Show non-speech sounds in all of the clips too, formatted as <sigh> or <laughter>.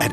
At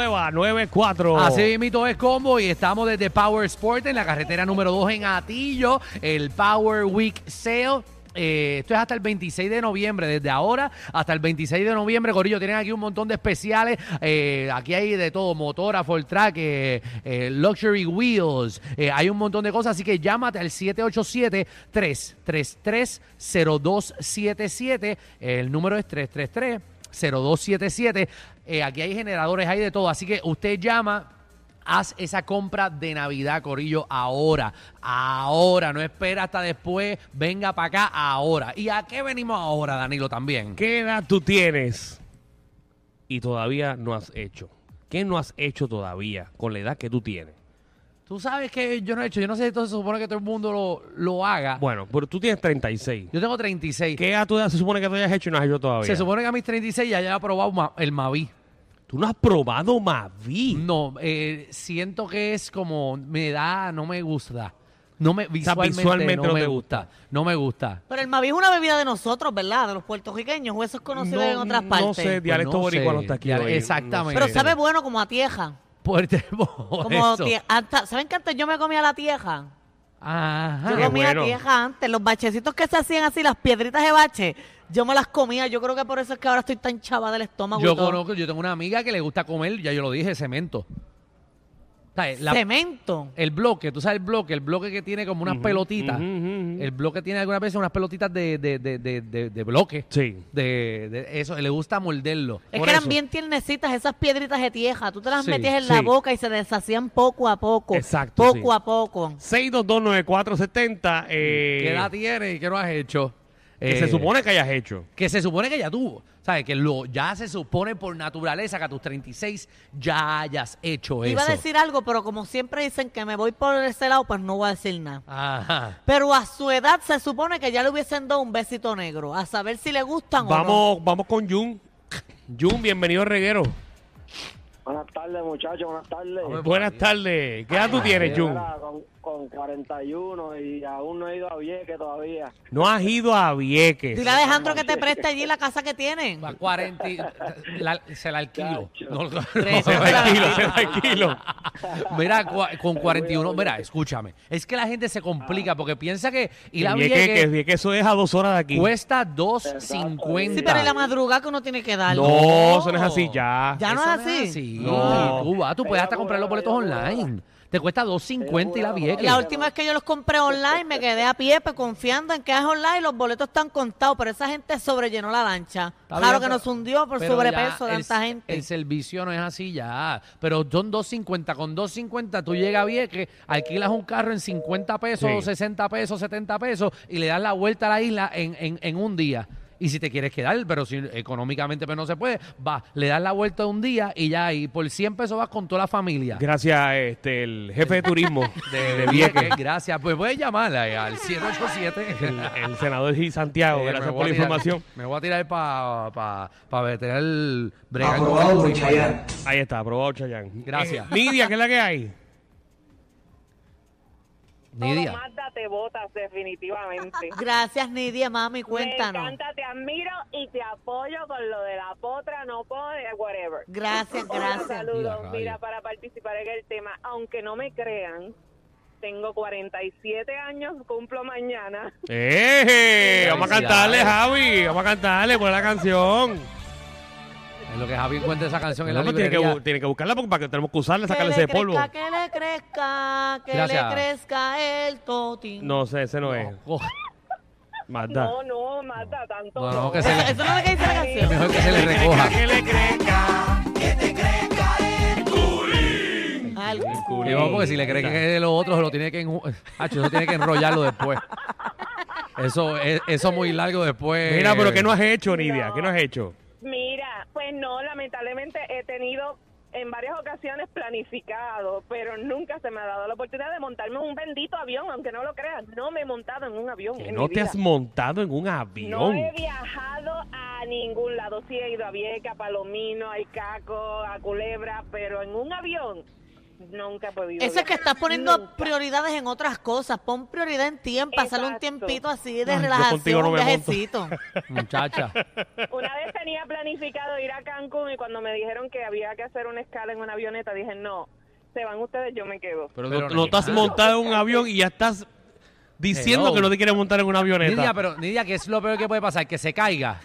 Nueva 94. Así mismo es combo y estamos desde Power Sport en la carretera número 2 en Atillo, el Power Week Sale. Eh, esto es hasta el 26 de noviembre, desde ahora hasta el 26 de noviembre, Corillo, tienen aquí un montón de especiales, eh, aquí hay de todo, motora, full track, eh, eh, luxury wheels, eh, hay un montón de cosas, así que llámate al 787-333-0277, el número es 333. 0277. Eh, aquí hay generadores, hay de todo. Así que usted llama. Haz esa compra de Navidad, Corillo, ahora. Ahora. No espera hasta después. Venga para acá ahora. ¿Y a qué venimos ahora, Danilo, también? ¿Qué edad tú tienes y todavía no has hecho? ¿Qué no has hecho todavía con la edad que tú tienes? Tú sabes que yo no he hecho. Yo no sé si esto se supone que todo el mundo lo, lo haga. Bueno, pero tú tienes 36. yo tengo 36. ¿Qué edad tú se supone que tú hayas hecho y no has hecho todavía? Se supone que a mis 36 ya, ya he probado ma- el Mavi. Tú no has probado Mavi. No, eh, siento que es como me da, no me gusta. No me visualmente, visualmente no, no me te gusta. No me gusta. <laughs> Pero el Mavi es una bebida de nosotros, ¿verdad? De los puertorriqueños, o eso es conocido en otras partes. No sé, dialecto Pues no boricua sé, no está aquí. diale- hoy, no exactamente. sé. Pero sabe bueno como a tieja. Fuerte por Como eso. tie- hasta- ¿Saben que antes yo me comía la tieja? Ajá. Yo Qué comía bueno. tieja antes, los bachecitos que se hacían así, las piedritas de bache, yo me las comía. Yo creo que por eso es que ahora estoy tan chava del estómago. y Yo todo. conozco, yo tengo una amiga que le gusta comer, ya yo lo dije, cemento. ¿Sabes? La- Cemento. el bloque, tú sabes el bloque, el bloque que tiene como unas pelotitas. ujú, ujú. El bloque tiene algunas veces unas pelotitas de, de, de, de, de- de bloque. Sí. De, de eso, le gusta morderlo. Es Por que eran eso. bien tiernecitas esas piedritas de tieja. Tú te las Sí, metías en la sí. boca y se deshacían poco a poco. Exacto, Poco sí. a poco. 6229470. Eh, ¿Qué edad tienes y qué no has hecho? que Eh, se supone que hayas hecho. que se supone que ya tuvo. ¿Sabes? Que lo, ya se supone por naturaleza que a tus 36 ya hayas hecho eso. Iba a decir algo, pero como siempre dicen que me voy por ese lado, pues no voy a decir nada. Ajá. Pero a su edad se supone que ya le hubiesen dado un besito negro. A saber si le gustan o no. Vamos, vamos con Jun. Jun, bienvenido al reguero. Buenas tardes, muchachos, buenas tardes. Pues, Hombre, Buenas Ay, tardes. ¿Qué edad tú tienes, Jun? Mira, con, con 41 y aún no he ido a Vieque todavía. No has ido a Vieques. Dile a Alejandro que te preste allí la casa que tienen. Va 40 y- la- se la alquilo. Chacho. No, no, Tres no, <laughs> horas. Tranquilo, tranquilo. Mira, cua- con 41, mira, escúchame. Es que la gente se Ah. complica porque piensa que ir a Vieques, que Vieques Pues, Vieques eso es a dos horas de aquí. cuesta 2.50. Sí, pero en la madrugada que uno tiene que darle. No, eso no es así ya. Ya no Eso es así. No. Cuba, tú puedes hasta Ella comprar los boletos juraba, ella online. Te cuesta 2.50 y la juraba. Vieques. La última vez que yo los compré online me quedé a pie pues, confiando en que es online los boletos están contados, pero esa gente sobrellenó la lancha. Está bien, Claro que pero- nos hundió por pero sobrepeso ya de el- tanta gente. El servicio no es así ya. Pero son 2.50. Con 2.50 tú llegas a Vieques, alquilas un carro en 50 pesos, Sí. 60 pesos, 70 pesos y le das la vuelta a la isla en, en- en un día. Y si te quieres quedar, pero si económicamente pero no se puede, vas, le das la vuelta de un día y ya ahí por 100 pesos vas con toda la familia. Gracias, este, el jefe de <laughs> turismo de, de Vieques. Gracias. Pues voy a llamar a- al 787. El, el senador Gil Santiago, Eh, <laughs> me gracias voy por a la tirar- información. Me voy a tirar para pa, pa meter el bregar con- Aprobado por Chayanne. Ahí está, aprobado, Chayán. Gracias. Eh, Nidia, ¿qué es la que hay? Ni Todo idea. Mazda te botas <laughs> definitivamente. Gracias, Nidia, mami, Me cuéntanos. encanta, te admiro y te apoyo con lo de la potra, no poder, whatever. Gracias, Hola, gracias. Mira, Saludos, rayo. mira, para participar en el tema, aunque no me crean, tengo 47 años, cumplo mañana. ¡Eh! Vamos a Felicidades. cantarle, Javi. Vamos a cantarle. ¿Cuál es la canción? Es lo que Javi encuentra esa canción en la No, pues tiene, que, librería. bu- tiene que buscarla porque, para que tenemos que usarla, sacarle que ese le polvo. crezca, que le crezca, que Gracias. le crezca el totín. No sé, ese no, es. Oh, Maldad. No, no, mata tanto. No, no, que se Eso, le- <laughs> eso no es lo que dice la es canción. mejor que se le recoja. Ah, el- Digo, porque si le cree que es de los otros, lo tiene que, enju- Hacho, eso tiene que enrollarlo después. Eso es eso muy largo después. Mira, pero ¿qué no has hecho, Nidia? ¿Qué no has hecho? Mira, pues no, lamentablemente he tenido en varias ocasiones planificado, pero nunca se me ha dado la oportunidad de montarme en un bendito avión, aunque no lo creas, no me he montado en un avión. Que en no mi te has vida. montado en un No avión. he viajado a ningún lado. Sí he ido a Vieca, a Palomino, a Icaco, a Culebra, pero en un avión nunca he podido. Eso es que viajar. estás poniendo Nunca. prioridades en otras cosas. Pon prioridad en tiempo, pasarle un Exacto. tiempito así Ay, de yo relajación, contigo no un me monto. <laughs> viajecito. Muchacha. Una vez tenía planificado ir a Cancún y cuando me dijeron que había que hacer una escala en una avioneta, dije, no, se van ustedes, yo me quedo. Pero No, no- no te has ah. montado en un avión y ya estás diciendo Hello. que no te quieres montar en una avioneta. Nidia, pero Nidia, ¿qué es lo peor que puede pasar? Que se caiga.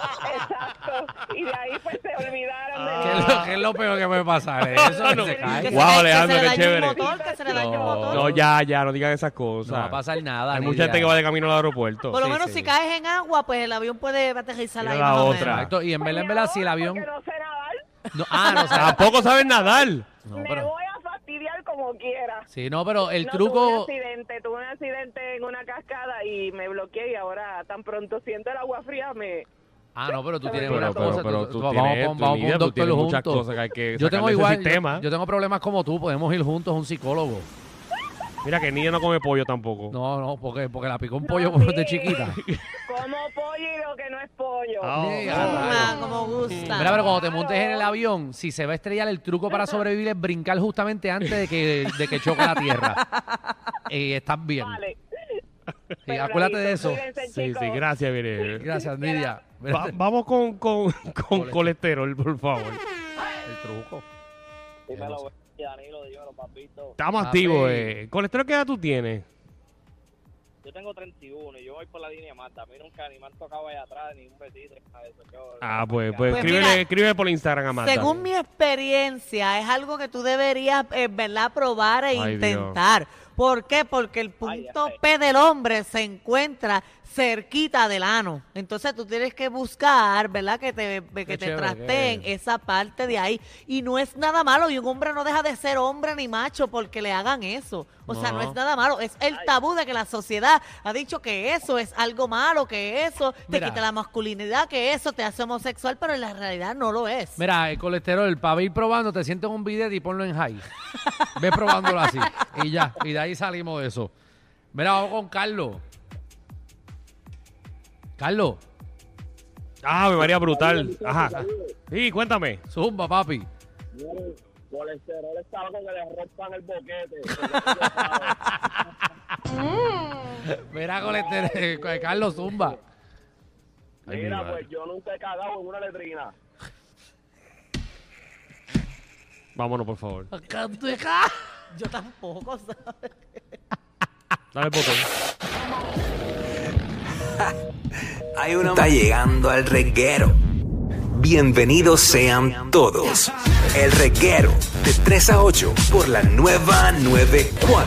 Exacto. Y de ahí pues se olvidaron <laughs> de Ah. ¿Qué, mí. es lo, qué es lo peor que <laughs> puede pasar? Eso que No. se Que caiga. se Guau, le- Alejandro, que qué se le dañe un chévere. motor, que se le dañe un motor. no, ya, ya, no digas esas cosas. No va a pasar nada. Hay Nidia. mucha gente que va de camino al aeropuerto. Por lo Sí, menos sí. si caes en agua, pues el avión puede aterrizar Mira ahí. la más o menos. otra. Exacto. Y en Pues, verdad, en mi verdad, amor, si el avión. porque no sé nadar, No, ah, no, o sea, Tampoco sabes nadar. no, me pero. voy a fastidiar como quiera. Sí, no, pero el No, Tuve un truco. accidente, tuve un accidente en una cascada y me bloqueé y ahora tan pronto siento el agua fría me... Ah, no, pero tú Pero, tienes pero, una pero, cosa. pero tú vamos tienes- vamos- tú, vamos Nidia, un tú doctor tienes juntos. muchas cosas que hay que yo sacar de tengo ese igual. sistema. Yo, yo tengo problemas como tú. Podemos ir juntos a un psicólogo. Mira que Nidia no come pollo tampoco. No, no, porque, porque la picó un pollo No, sí. de chiquita. Como pollo y lo que no es pollo. Ah, Nidia, Ah, rayos. como gusta. Mira, pero cuando te Claro. montes en el avión, si se va a estrellar, el truco para sobrevivir es brincar justamente antes de que, de que choque la tierra. Y estás bien. Vale. pues, Y acuérdate de eso. Cuídense, Sí, chicos. sí, gracias, mire. Gracias, Nidia. Va- vamos con, con, con colesterol, por favor. El truco. Dímelo, Danilo, dímelo, papito. Estamos Papi. activos. Eh. ¿Colesterol qué edad tú tienes? Yo tengo 31 y yo voy por la línea más. A mí nunca ni me han tocado allá atrás, ni un besito, ni nada de eso. Yo- Ah, pues, pues, Pues escríbele, mira, escríbele por Instagram a Marta. Según mi experiencia, es algo que tú deberías, eh, ¿verdad?, probar e Ay, Dios. intentar. ¿Por qué? Porque el punto ay, ay. P del hombre se encuentra cerquita del ano. Entonces tú tienes que buscar, ¿verdad?, que te, que te chévere, trasteen qué- esa parte de ahí. Y no es nada malo. Y un hombre no deja de ser hombre ni macho porque le hagan eso. O sea, no No. es nada malo. Es el tabú de que la sociedad ha dicho que eso es algo malo, que eso te Mira. quita la masculinidad, que eso te hace homosexual, pero en la realidad no lo es. Mira, el colesterol, para ir probando, te sientes en un bidet y ponlo en high. Ve probándolo así. Y ya, y de ahí salimos de eso. Mira, vamos con Carlos. Carlos, Ah, me María brutal. Ajá. Sí, cuéntame. zumba, papi. Colesterol está con que le rompan el boquete. Mira, colesterol, <laughs> Carlos, zumba. Ay, mi Mira, madre. pues yo nunca he cagado en una letrina. Vámonos, por favor. Yo tampoco, ¿sabes? Dale el botón. Está llegando al reguero. Bienvenidos sean todos. El reguero de 3 a 8 por la nueva 94.